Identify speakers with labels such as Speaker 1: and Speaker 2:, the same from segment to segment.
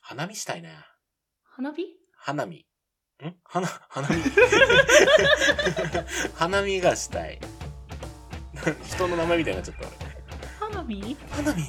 Speaker 1: 花見したいね。
Speaker 2: 花火
Speaker 1: 花見。ん花、花見花見がしたい。人の名前みたいになっちゃった俺。
Speaker 2: 花火
Speaker 1: 花見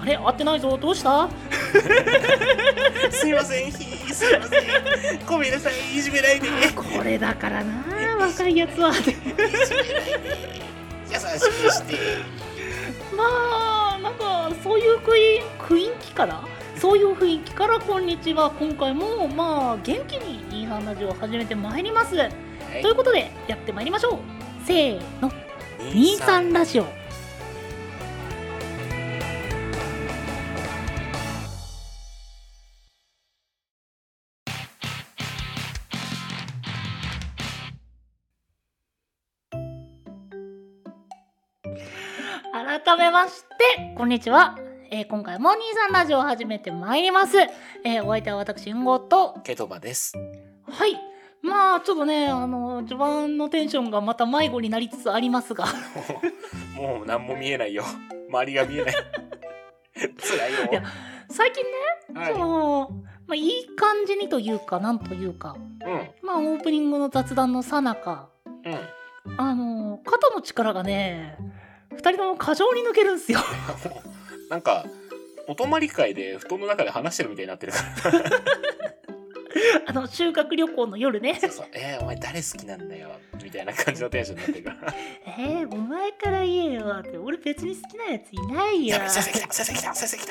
Speaker 2: あれ合ってないぞどうした
Speaker 1: すいません、ひーすいません。ごめんなさい、いじめないで。いじ
Speaker 2: これだからな若いやつは
Speaker 1: めないで。優しくして。
Speaker 2: まあなんかそういう雰囲雰囲気からそういう雰囲気からこんにちは今回もまあ元気にいい話を始めてまいります
Speaker 1: はい
Speaker 2: ということでやってまいりましょうせーの23ラジオ改めましてこんにちは、えー今回も23ラジオを始めてまいります、えーお相手は私んごと
Speaker 1: ケトバです。
Speaker 2: はいまあちょっとねあの序盤のテンションがまた迷子になりつつありますが
Speaker 1: もうもう何も見えないよ。周りが見えない。辛いよ。
Speaker 2: いや最近ね、
Speaker 1: はい。
Speaker 2: その、まあ、いい感じにというかなんというか、
Speaker 1: う
Speaker 2: まあ、オープニングの雑談のさなか
Speaker 1: ん。うん。
Speaker 2: あの肩の力がね2人とも過剰に抜けるんですよ
Speaker 1: もうなんかお泊まり会で布団の中で話してるみたいになってるから
Speaker 2: あの修学旅行の夜ね
Speaker 1: そうそう「えー、お前誰好きなんだよ」みたいな感じのテンションになってるから
Speaker 2: 「えー、お前から言えよ」って「俺別に好きなやついな
Speaker 1: 「
Speaker 2: いよ
Speaker 1: やべ先生来た先生来た先生来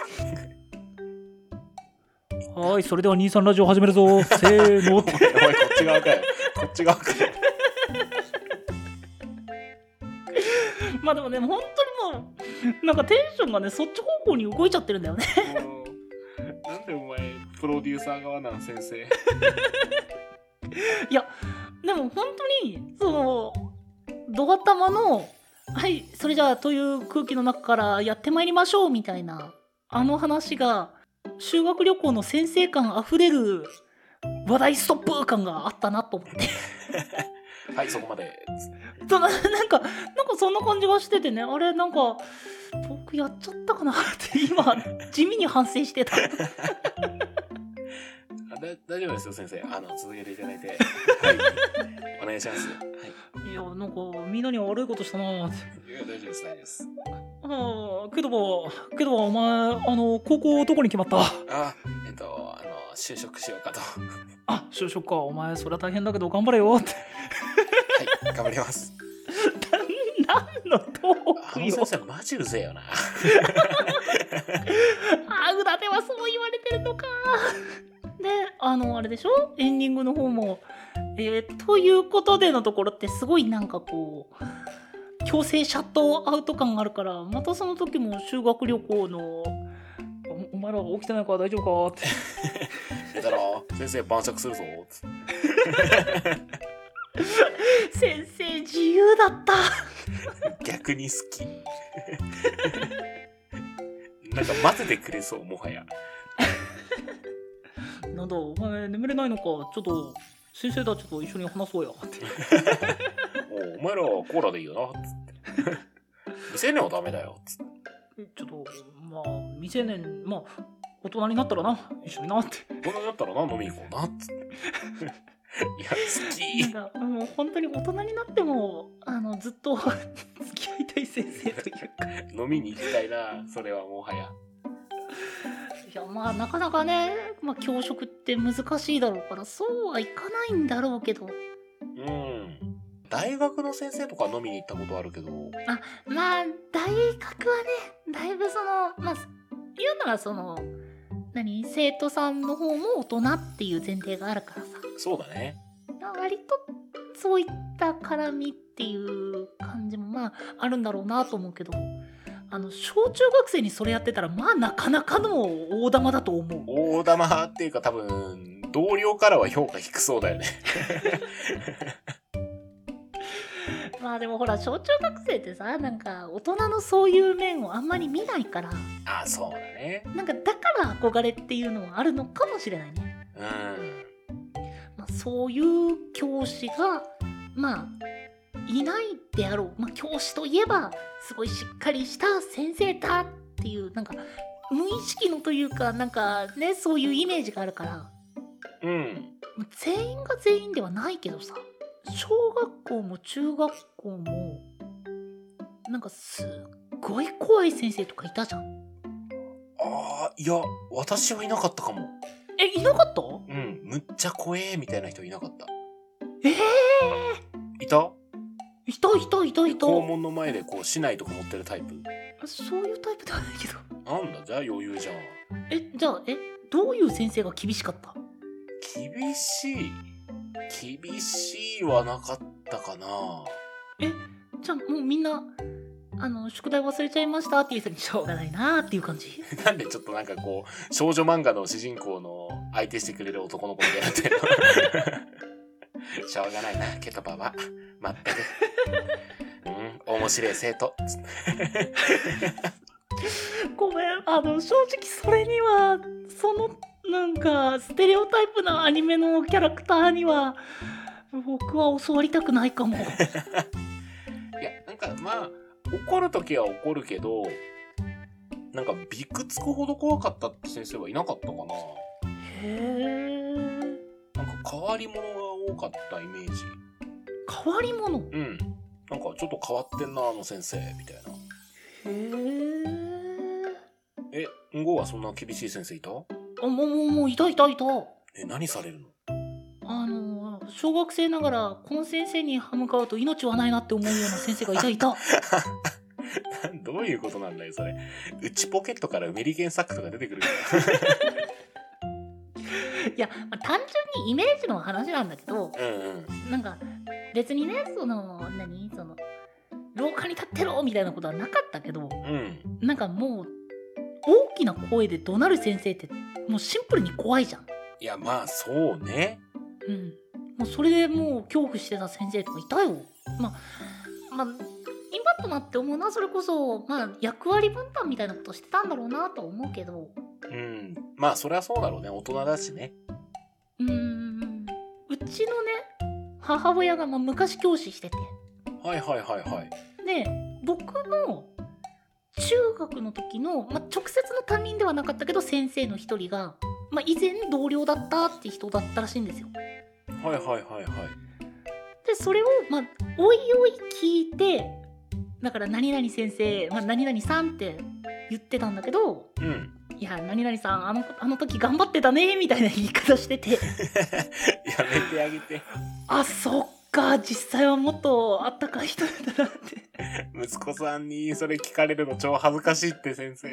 Speaker 1: た」
Speaker 3: はい、それでは兄さんラジオ始める ぞ。せーの。
Speaker 1: お前こっち側かよこっち側かよ」
Speaker 2: まあでもね本当にもうなんかテンションがねそっち方向に動いちゃってるんだよね
Speaker 1: なんでお前プロデューサー側なん先生
Speaker 2: でも本当にそのドア玉の「はいそれじゃあ」という空気の中からやってまいりましょうみたいなあの話が修学旅行の先生感あふれる話題ストップ感があったなと思って
Speaker 1: はいそこまで
Speaker 2: そのなんかなんかそんな感じがしててねあれなんか僕やっちゃったかなって今地味に反省して た
Speaker 1: あだ大丈夫ですよ先生あの続けていただいてはいお願いしますはい
Speaker 2: いやなんかみんなに悪いことしたなって
Speaker 1: いや大丈夫です大丈夫です
Speaker 3: ああ、けども、けども、お前、あの、高校どこに決まった
Speaker 1: あえっとあの就職しようかとは
Speaker 3: あ、就職か。お前、そりゃ大変だけど頑張れよって。
Speaker 1: い頑張り ます
Speaker 2: 何のトー
Speaker 1: あ
Speaker 2: ク
Speaker 1: の
Speaker 2: よ
Speaker 1: 先生マジうぜえよ な
Speaker 2: あー裏ではそう言われてるのかであのあれでしょエンディングの方も「えーということで」のところってすごいなんかこう強制シャットアウト感があるからまたその時も修学旅行の
Speaker 3: おお前ら起きてないから大丈夫かって。
Speaker 1: 出たろ先生晩酌するぞつって
Speaker 2: 「先生自由だった
Speaker 1: 逆に好き なんか混ぜてくれそうもはや」
Speaker 3: なんだ、お前、眠れないのか。ちょっと、先生たちと一緒に話そうよって。
Speaker 1: おうお前らはコーラでいいよなつって未成年はダメだよつって
Speaker 3: ちょっと、まあ、未成年、まあ、大人になったらな、一緒になって。
Speaker 1: 大人になったら何飲みに行こうなつっていや
Speaker 2: なん
Speaker 1: 好
Speaker 2: かもう本当に大人になってもあのずっと 付き合いたい先生というか
Speaker 1: き飲みに行きたいなそれはもはや
Speaker 2: いやまあなかなかね、まあ、教職って難しいだろうからそうはいかないんだろうけど
Speaker 1: うん大学の先生とか飲みに行ったことあるけど
Speaker 2: まあ大学はねだいぶそのまあ言うならその何生徒さんの方も大人っていう前提があるからさ
Speaker 1: そうだね
Speaker 2: まあ割とそういった絡みっていう感じもまああるんだろうなと思うけどあの小中学生にそれやってたらまあなかなかの大玉だと思う。
Speaker 1: 大玉っていうか多分同僚からは評価低そうだよね
Speaker 2: まあでもほら小中学生ってさなんか大人のそういう面をあんまり見ないから
Speaker 1: あそうだね
Speaker 2: なんかだから憧れっていうのはあるのかもしれないね、
Speaker 1: うん
Speaker 2: まあ、そういう教師がまあいないであろう、まあ、教師といえばすごいしっかりした先生だっていうなんか無意識のというかなんかねそういうイメージがあるから
Speaker 1: うん。
Speaker 2: 全員が全員ではないけどさ小学校も中学校もなんかすっごい怖い先生とかいたじゃん
Speaker 1: ああ、いや、私はいなかったかも。
Speaker 2: えいなかった
Speaker 1: うん。むっちゃ怖え、みたいな人いなかった。
Speaker 2: ええ
Speaker 1: いた
Speaker 2: いたいたいたいた
Speaker 1: 校門の前でこう、市内とか持ってるタイプ。
Speaker 2: そういうタイプではないけど
Speaker 1: なんだ、じゃあ余裕じゃん。
Speaker 2: えじゃあえどういう先生が厳しかった
Speaker 1: 厳しい。厳しいはなかったかな。
Speaker 2: じゃあもうみんなあの宿題忘れちゃいましたっていう人にしょうがないなーっていう感じ
Speaker 1: なんでちょっとなんかこう、少女漫画の主人公の相手してくれる男の 子みたいになってるのしょうがないな、ケトバは。まったく。うん、面白い生徒。
Speaker 2: ごめんあの正直それにはそのなんかステレオタイプなアニメのキャラクターには僕は教わりたくないかも
Speaker 1: いや、なんかまあ、怒るときは怒るけど、なんかびくつくほど怖かったって先生はいなかったか
Speaker 2: へえ
Speaker 1: な。なんか変わり者が多かったイメージ。
Speaker 2: 変わり者へ
Speaker 1: うん。なんかちょっと変わってんな、あの先生、みたいな。
Speaker 2: え
Speaker 1: え、ゴーはそんな厳しい先生いた
Speaker 2: あもうもうもういたいたいた
Speaker 1: え、何されるの
Speaker 2: あの小学生ながらこの先生に歯向かうと命はないなって思うような先生がいたいた
Speaker 1: どういうことなんだよ、それ。内ポケットからメリケンサックとか出てくるか
Speaker 2: いや、まあ単純にイメージの話なんだけど
Speaker 1: ら。うんうん。
Speaker 2: なんか別にねその何その廊下に立ってろみたいなことはなかったけ
Speaker 1: う
Speaker 2: ど
Speaker 1: ん。
Speaker 2: なんかもう大きな声で怒鳴る先生ってもうシンプルに怖いじゃん。
Speaker 1: いや、まあ、そうね。
Speaker 2: うん、もうそれでもう恐怖してた先生とかいたよ。まあまあ今となって思うなそれこそ、まあ、役割分担みたいなことしてたんだろうなとは思うけど
Speaker 1: うん。まあ、そりゃそうだろうね。大人だしね。
Speaker 2: うーんうちのね母親がまあ昔教師してて
Speaker 1: はいはいはいはい。
Speaker 2: で僕の中学の時の、まあ、直接の担任ではなかったけど先生の一人が、まあ、以前同僚だったって人だったらしいんですよ。
Speaker 1: はいはいはいはい。
Speaker 2: でそれを、まあ、おいおい聞いてだから「何々先生、まあ、何々さん」って言ってたんだけど
Speaker 1: うん。
Speaker 2: 「いや何々さんあのあの時頑張ってたね」みたいな言い方してて
Speaker 1: やめてあげて。
Speaker 2: あそっか実際はもっとあったかい人なんだなって。
Speaker 1: 息子さんにそれ聞かれるの超恥ずかしいって先生。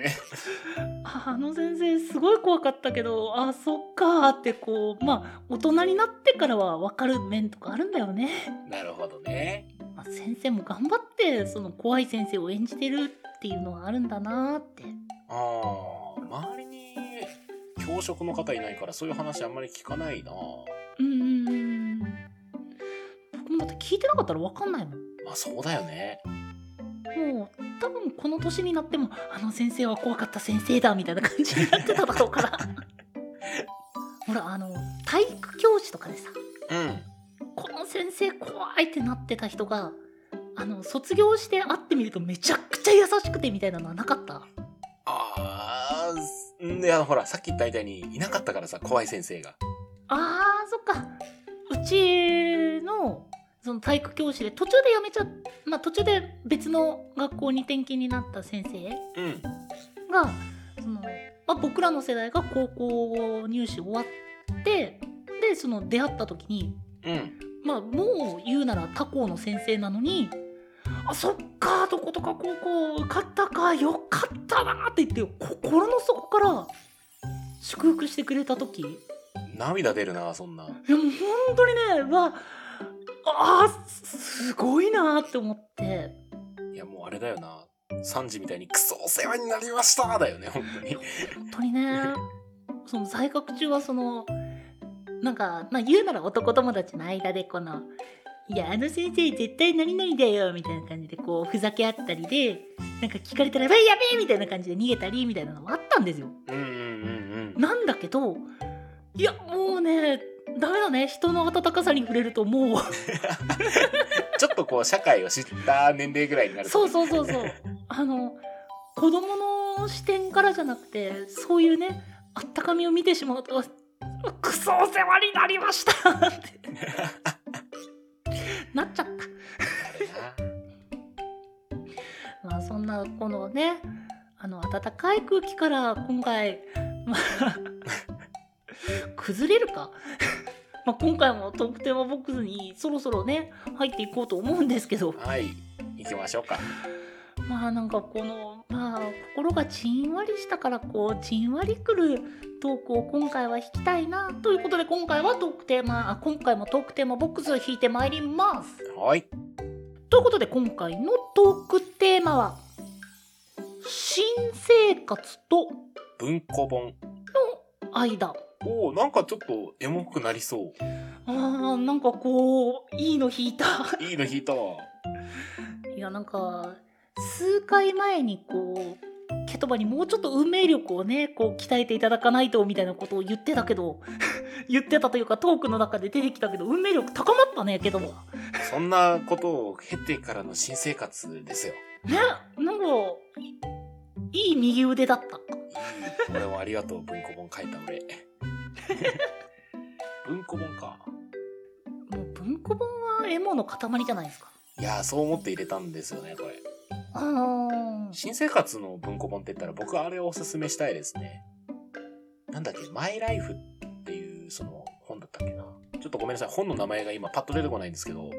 Speaker 2: ああの先生すごい怖かったけどあそっかーってこうまあ大人になってからは分かる面とかあるんだよね、
Speaker 1: なるほどね。
Speaker 2: まあ、先生も頑張ってその怖い先生を演じてるっていうのはあるんだなーって
Speaker 1: ああ、周りに教職の方いないからそういう話あんまり聞かないな。
Speaker 2: うんうんうん僕もだって聞いてなかったら分かんないもん
Speaker 1: まあ、そうだよね。
Speaker 2: もう多分この年になってもあの先生は怖かった先生だみたいな感じになってただろうからほらあの体育教師とかでさ
Speaker 1: うん。
Speaker 2: この先生怖いってなってた人があの卒業して会ってみるとめちゃくちゃ優しくてみたいなのはなかった
Speaker 1: ああ、んいや、ほら、さっき言ったみたいに、いなかったからさ、怖い先生が。
Speaker 2: あーそっかうちのその体育教師で途中で辞めちゃまあ途中で別の学校に転勤になった先生
Speaker 1: うん。
Speaker 2: がその、まあ、僕らの世代が高校入試終わってでその出会った時に
Speaker 1: うん。
Speaker 2: まあもう言うなら他校の先生なのに「あそっかどことか高校受かったかよかったな」って言って心の底から祝福してくれた時い
Speaker 1: 涙出るな、そんな。
Speaker 2: やもう本当にねわあーすすごいなって思って
Speaker 1: いや、もうあれだよな。サンジみたいに、クソお世話になりましただよね、本当に。
Speaker 2: 本当にねその在学中はそのなんか、まあ、言うなら男友達の間でこの「いやあの先生絶対何々だよ」みたいな感じでこうふざけ合ったりでなんか聞かれたら「わやべえ!」みたいな感じで逃げたりみたいなのもあったんですよ。
Speaker 1: うんうんうんうん。
Speaker 2: なんだけどいやもうねダメだね人の温かさに触れるともう
Speaker 1: ちょっとこう社会を知った年齢ぐらいになると
Speaker 2: そうそうそうそうあの子供の視点からじゃなくてそういうねあったかみを見てしまうとクソお世話になりましたって なっちゃった。
Speaker 1: あれな
Speaker 2: まあそんなこのねあの暖かい空気から今回まあ崩れるかまあ今回もトークテーマボックスにそろそろね入っていこうと思うんですけど
Speaker 1: はい行きましょうか
Speaker 2: まあなんかこのまあ心がじんわりしたからこうじんわりくるトークを今回は引きたいなということで今回はトークテーマあ今回もトークテーマボックスを引いてまいります。
Speaker 1: はい
Speaker 2: ということで今回のトークテーマは新生活と
Speaker 1: 文庫本
Speaker 2: の間
Speaker 1: おーなんかちょっとエモくなりそ
Speaker 2: あーなんかこういいの引いた
Speaker 1: ういいの引いた
Speaker 2: いやなんか数回前にこうケトバにもうちょっと運命力をねこう鍛えていただかないとみたいなことを言ってたけど 言ってたというかトークの中で出てきたけど運命力高まったねケトバ
Speaker 1: そんなことを経てからの新生活ですよ
Speaker 2: ねなんかいいい右腕だった
Speaker 1: 俺もありがとう文庫本書いた俺文庫本か
Speaker 2: もう文庫本はエモの塊じゃないですか
Speaker 1: いやーそう思って入れたんですよねこれ
Speaker 2: あー
Speaker 1: 新生活の文庫本って言ったら僕はあれをおすすめしたいですねなんだっけマイライフっていうその本だったっけなちょっとごめんなさい本の名前が今パッと出てこないんですけど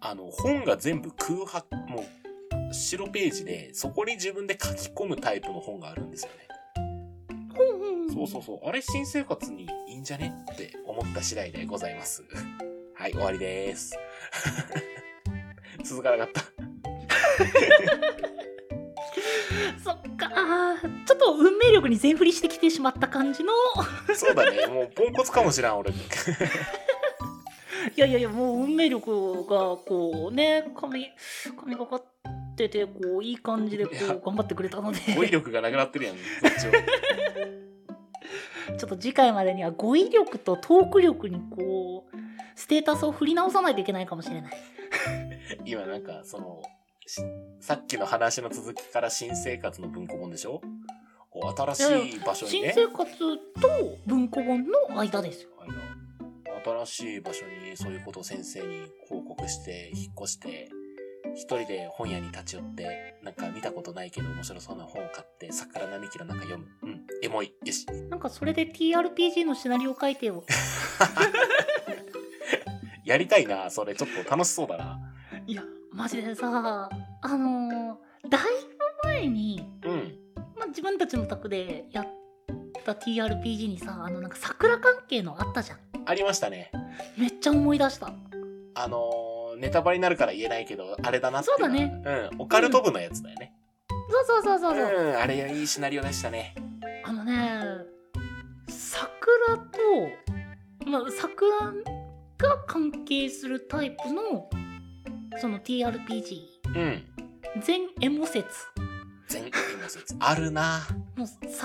Speaker 1: あの本が全部空白もう白ページでそこに自分で書き込むタイプの本があるんですよね
Speaker 2: うんうん
Speaker 1: そうそうそう。あれ、新生活にいいんじゃねって思った次第でございます。 はい、終わりです。 続かなかった。
Speaker 2: そっかちょっと運命力に全振りしてきてしまった感じの
Speaker 1: そうだね。もう、ポンコツかもしらん、俺。
Speaker 2: いやいやいやもう運命力がこうね神神がかっててこういい感じでこ
Speaker 1: いや
Speaker 2: う頑張ってくれたので
Speaker 1: 語彙
Speaker 2: ち
Speaker 1: 力がなくなってるやん、こっちは。
Speaker 2: ょっと次回までには語彙力とトーク力にこうステータスを振り直さないといけないかもしれない
Speaker 1: 今なんか、その、しさっきの話の続きから新生活の文庫本でしょこう新しい場所に
Speaker 2: 新
Speaker 1: ね。
Speaker 2: 生活と文庫本の間ですよ
Speaker 1: あれだ新しい場所にそういうことを先生に報告して引っ越して一人で本屋に立ち寄ってなんか見たことないけど面白そうな本を買って桜並木の中読むうんエモいよし
Speaker 2: なんかそれで TRPG のシナリオ書い てよ
Speaker 1: やりたいなそれちょっと楽しそうだない
Speaker 2: やマジでさあのーだいぶ前に
Speaker 1: うん
Speaker 2: まあ、自分たちの宅でやった TRPG にさあのなんか桜関係のあったじゃん
Speaker 1: ありましたね
Speaker 2: めっちゃ思い出した
Speaker 1: あのーネタバレになるから言えないけどあれだなっていのは
Speaker 2: そう
Speaker 1: うんオカルト部のやつだよね
Speaker 2: そうそうそうそううそ
Speaker 1: ん
Speaker 2: う、
Speaker 1: あれいいシナリオでしたね
Speaker 2: あのね桜と、まあ、桜が関係するタイプのその TRPG
Speaker 1: うん
Speaker 2: 全エモ説
Speaker 1: 全員の説あるな
Speaker 2: もう桜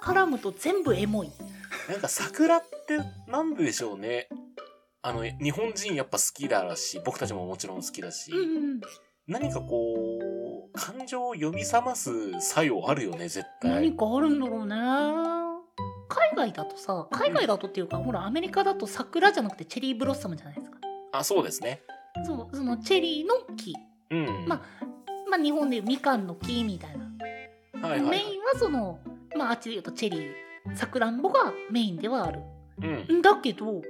Speaker 2: 絡むと全部エモい
Speaker 1: なんか桜ってなんでしょうね。あの、日本人やっぱ好きだし、僕たちももちろん好きだし、
Speaker 2: うんうん
Speaker 1: 何かこう、感情を読み覚ます作用あるよね、絶対
Speaker 2: 何。かあるんだろうね海外だとさ海外だとっていうか、ほらアメリカだと桜じゃなくてチェリーブロッサムじゃないですか
Speaker 1: あ、そうですね。
Speaker 2: そうそのチェリーの木
Speaker 1: うん。
Speaker 2: ままあ日本でいうみかんの木みたいな、
Speaker 1: あ、はいは
Speaker 2: メ
Speaker 1: い、
Speaker 2: インはそのまああっちでいうとチェリーさくらんぼがメインではある
Speaker 1: うん。
Speaker 2: んだけど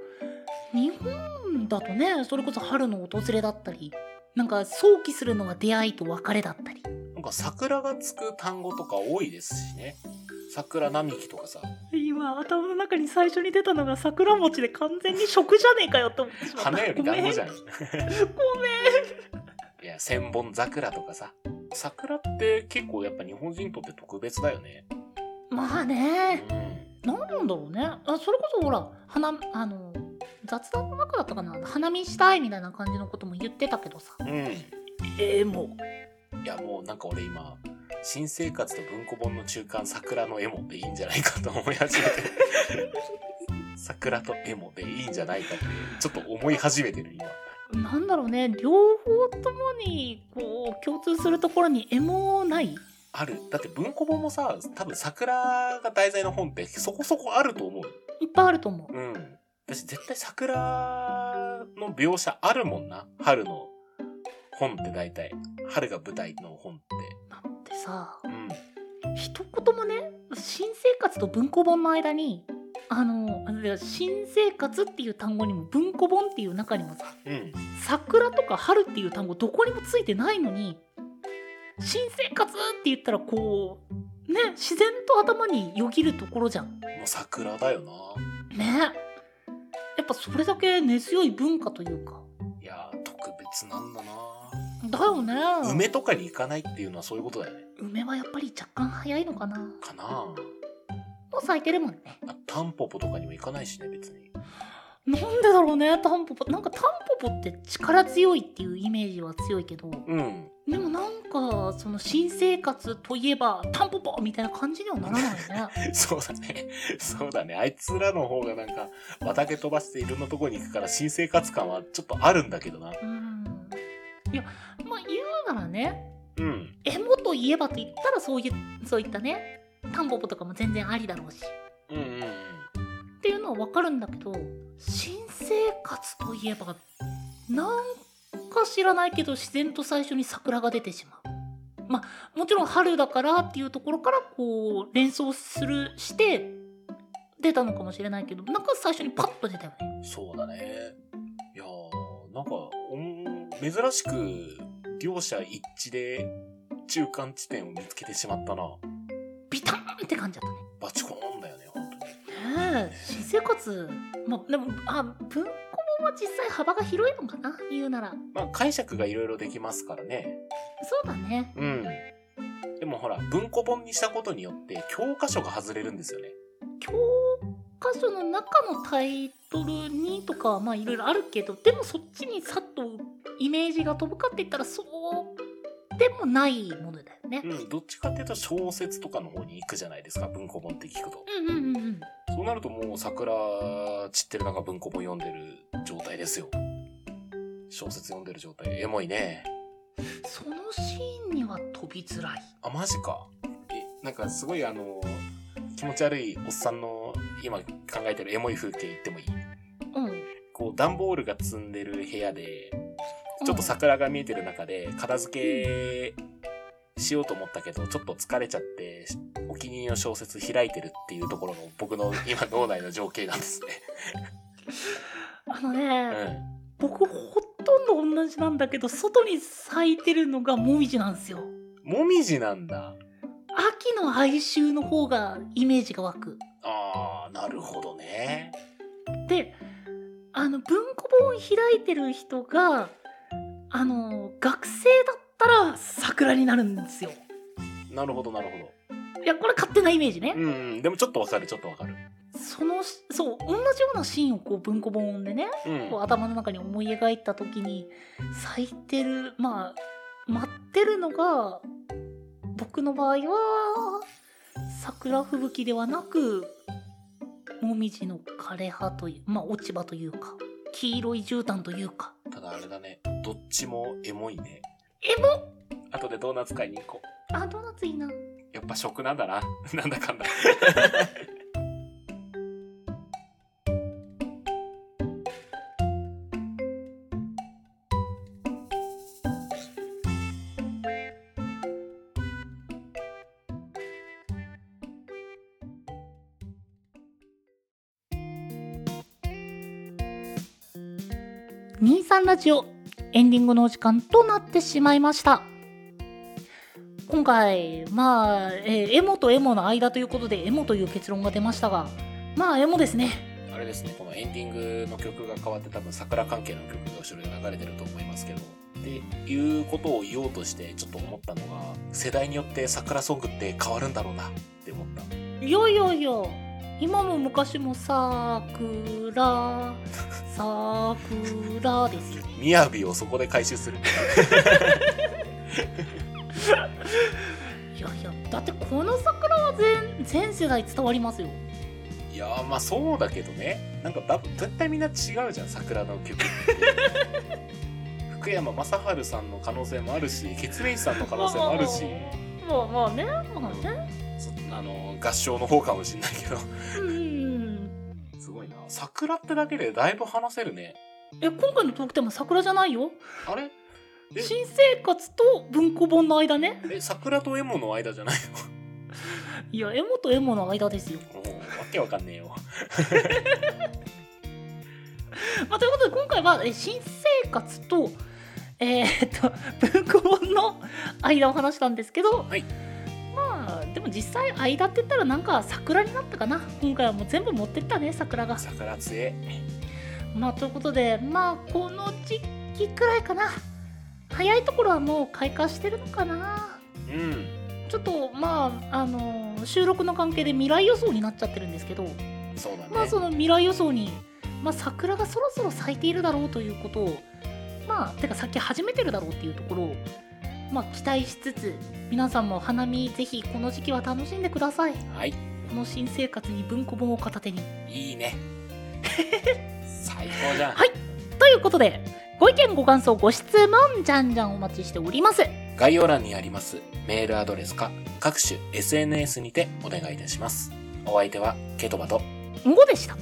Speaker 2: 日本だとねそれこそ春の訪れだったりなんか想起するのが出会いと別れだったり
Speaker 1: なんか桜がつく単語とか多いですしね。桜並木とかさ、
Speaker 2: 今頭の中に最初に出たのが桜餅で完全に食じゃねえかよって思ってし
Speaker 1: 花より団子じゃん。
Speaker 2: ごめん
Speaker 1: いや、千本桜とかさ。桜って結構やっぱ日本人にとって特別だよね。
Speaker 2: まあ
Speaker 1: う
Speaker 2: ね
Speaker 1: ん。
Speaker 2: 何なんだろうねあそれこそほら花あの雑談の中だったかな花見したいみたいな感じのことも言ってたけどさ
Speaker 1: うん。
Speaker 2: ええも
Speaker 1: いやもうなんか俺今新生活と文庫本の中間桜の絵もっていいんじゃないかと思い始めて桜とエモでいいんじゃないかって、ちょっと思い始めてる今。
Speaker 2: なんだろうね両方ともにこう共通するところにエモない
Speaker 1: ある。だって文庫本もさ、多分桜が題材の本ってそこそこあると思う。
Speaker 2: いっぱいあると思う
Speaker 1: うん。私絶対桜の描写あるもんな。春の本って大体。春が舞台の本って。
Speaker 2: だってさ
Speaker 1: うん。
Speaker 2: 一言もね新生活と文庫本の間にあのいや新生活っていう単語にも文庫本っていう中にもさ
Speaker 1: うん。
Speaker 2: 桜とか春っていう単語どこにもついてないのに新生活って言ったらこうね自然と頭によぎるところじゃん
Speaker 1: もう桜だよな。
Speaker 2: ねやっぱそれだけ根強い文化というか
Speaker 1: いやー、特別なんだな。
Speaker 2: だよね
Speaker 1: 梅とかに行かないっていうのはそういうことだよね。
Speaker 2: 梅はやっぱり若干早いのかなも
Speaker 1: かなあ
Speaker 2: う咲いてるもんね
Speaker 1: あタンポポとかにも行かないしね、別に。
Speaker 2: なんでだろうねタンポポなんかタンポポって力強いっていうイメージは強いけど
Speaker 1: うん。
Speaker 2: でもなんかその新生活といえばタンポポみたいな感じにはならないね
Speaker 1: そうだね。そうだね。あいつらの方がなんか、畑飛ばしていろんなとこに行くから、新生活感はちょっとあるんだけどな。
Speaker 2: うんいやまあ言うならね
Speaker 1: うん。
Speaker 2: エモといえばと言ったらそういうそういったねタンポポとかも全然ありだろうし
Speaker 1: うんうんうん。
Speaker 2: っていうのはわかるんだけど新生活といえばなんか知らないけど自然と最初に桜が出てしまうまあもちろん春だからっていうところからこう連想するして出たのかもしれないけどなんか最初にパッと出たよね
Speaker 1: そうだね。いやー、なんか、おん珍しく、両者一致で、中間地点を見つけてしまったな。
Speaker 2: ビターンって感じだったね
Speaker 1: バチコーンだよね、本当に。
Speaker 2: ねえ新生活まあでもあ文庫本は実際幅が広いのかな言うなら
Speaker 1: まあ、解釈がいろいろできますからね。
Speaker 2: そうだね
Speaker 1: うん。でもほら、文庫本にしたことによって、教科書が外れるんですよね。
Speaker 2: 教科書の中のタイトルにとかはまあいろいろあるけどでもそっちにさっとイメージが飛ぶかって言ったらそうでもないものだよね。
Speaker 1: うん、どっちかっていうと小説とかの方に行くじゃないですか、文庫本って聞くと。
Speaker 2: うんうんうんうん。
Speaker 1: そうなるともう桜散ってる中文庫本読んでる状態ですよ。小説読んでる状態。エモいね。
Speaker 2: そのシーンには飛びづらい。
Speaker 1: あ、マジか。え、なんかすごいあの、気持ち悪いおっさんの今考えてるエモい風景言ってもいい
Speaker 2: うん。
Speaker 1: こう段ボールが積んでる部屋で、ちょっと桜が見えてる中で片付けしようと思ったけど、ちょっと疲れちゃって、お気に入りの小説開いてるっていうところの僕の今脳内の情景なんですね。
Speaker 2: あの
Speaker 1: う
Speaker 2: ね、
Speaker 1: ん。
Speaker 2: 僕ほとんど同じなんだけど外に咲いてるのがモミジなんですよ。
Speaker 1: もみじなんだ。
Speaker 2: 秋の哀愁の方がイメージが湧く。
Speaker 1: あー、なるほどね。
Speaker 2: であの文庫本を開いてる人があの学生だったら桜になるんですよ
Speaker 1: なるほど、なるほど。
Speaker 2: いやこれ勝手なイメージね、
Speaker 1: うんうん、でもちょっとわかる、ちょっとわかる。
Speaker 2: そのそう同じようなシーンをこう文庫本でね
Speaker 1: うん
Speaker 2: こう。頭の中に思い描いた時に咲いてるまあ待ってるのが僕の場合は桜吹雪ではなくもみじの枯れ葉というまあ落ち葉というか黄色い絨毯というか
Speaker 1: ただあれだね、どっちもエモいね。
Speaker 2: エモ
Speaker 1: 後でドーナツ買いに行こう。
Speaker 2: あドーナツいいな
Speaker 1: やっぱ食なんだな。 なんだかんだ。
Speaker 2: 23ラジオエンディングのお時間となってしまいました今回まあ、えーエモとエモの間ということでエモという結論が出ましたがまあエモですね
Speaker 1: あれですね、このエンディングの曲が変わって多分桜関係の曲が後ろに流れてると思いますけど、っていうことを言おうとしてちょっと思ったのが、世代によって桜ソングって変わるんだろうなって思った。
Speaker 2: いやいやいや今も昔もさく らさくらですよ
Speaker 1: みやびをそこで回収する。
Speaker 2: いやいやだってこの桜は全全世代伝わりますよ
Speaker 1: いやーまあそうだけどねなんかだ絶対みんな違うじゃん桜の曲って 福山雅治さんの可能性もあるしケツメイシさんの可能性もあるし
Speaker 2: もうもうねもうね
Speaker 1: そあの合唱の方かもしんないけど
Speaker 2: うん
Speaker 1: すごいな桜ってだけでだいぶ話せるね
Speaker 2: え今回のトークテーマ桜じゃないよ
Speaker 1: あれえ
Speaker 2: 新生活と文庫本の間ね
Speaker 1: え桜とエモの間じゃない
Speaker 2: いやエモとエモの間ですよ、
Speaker 1: のもうわけわかんねえよ
Speaker 2: まあ、ということで今回はえ新生活とえーっと文庫本の間を話したんですけど、
Speaker 1: はい
Speaker 2: まあでも実際間って言ったらなんか桜になったかな今回はもう全部持ってったね桜が
Speaker 1: 桜つえ
Speaker 2: まあということでまあこの時期くらいかな早いところはもう開花してるのかな
Speaker 1: うん
Speaker 2: ちょっとまああの収録の関係で未来予想になっちゃってるんですけど、
Speaker 1: そうだね、
Speaker 2: まあその未来予想に、まあ、桜がそろそろ咲いているだろうということをまあてか咲き始めてるだろうっていうところをまあ期待しつつ皆さんも花見ぜひこの時期は楽しんでください
Speaker 1: はい
Speaker 2: この新生活に文庫本を片手に
Speaker 1: いい ね最高じゃん、
Speaker 2: はいということでご意見ご感想ご質問じゃんじゃんお待ちしております
Speaker 1: 概要欄にありますメールアドレスか各種 SNS にてお願いいたしますお相手はケトバと
Speaker 2: んごでした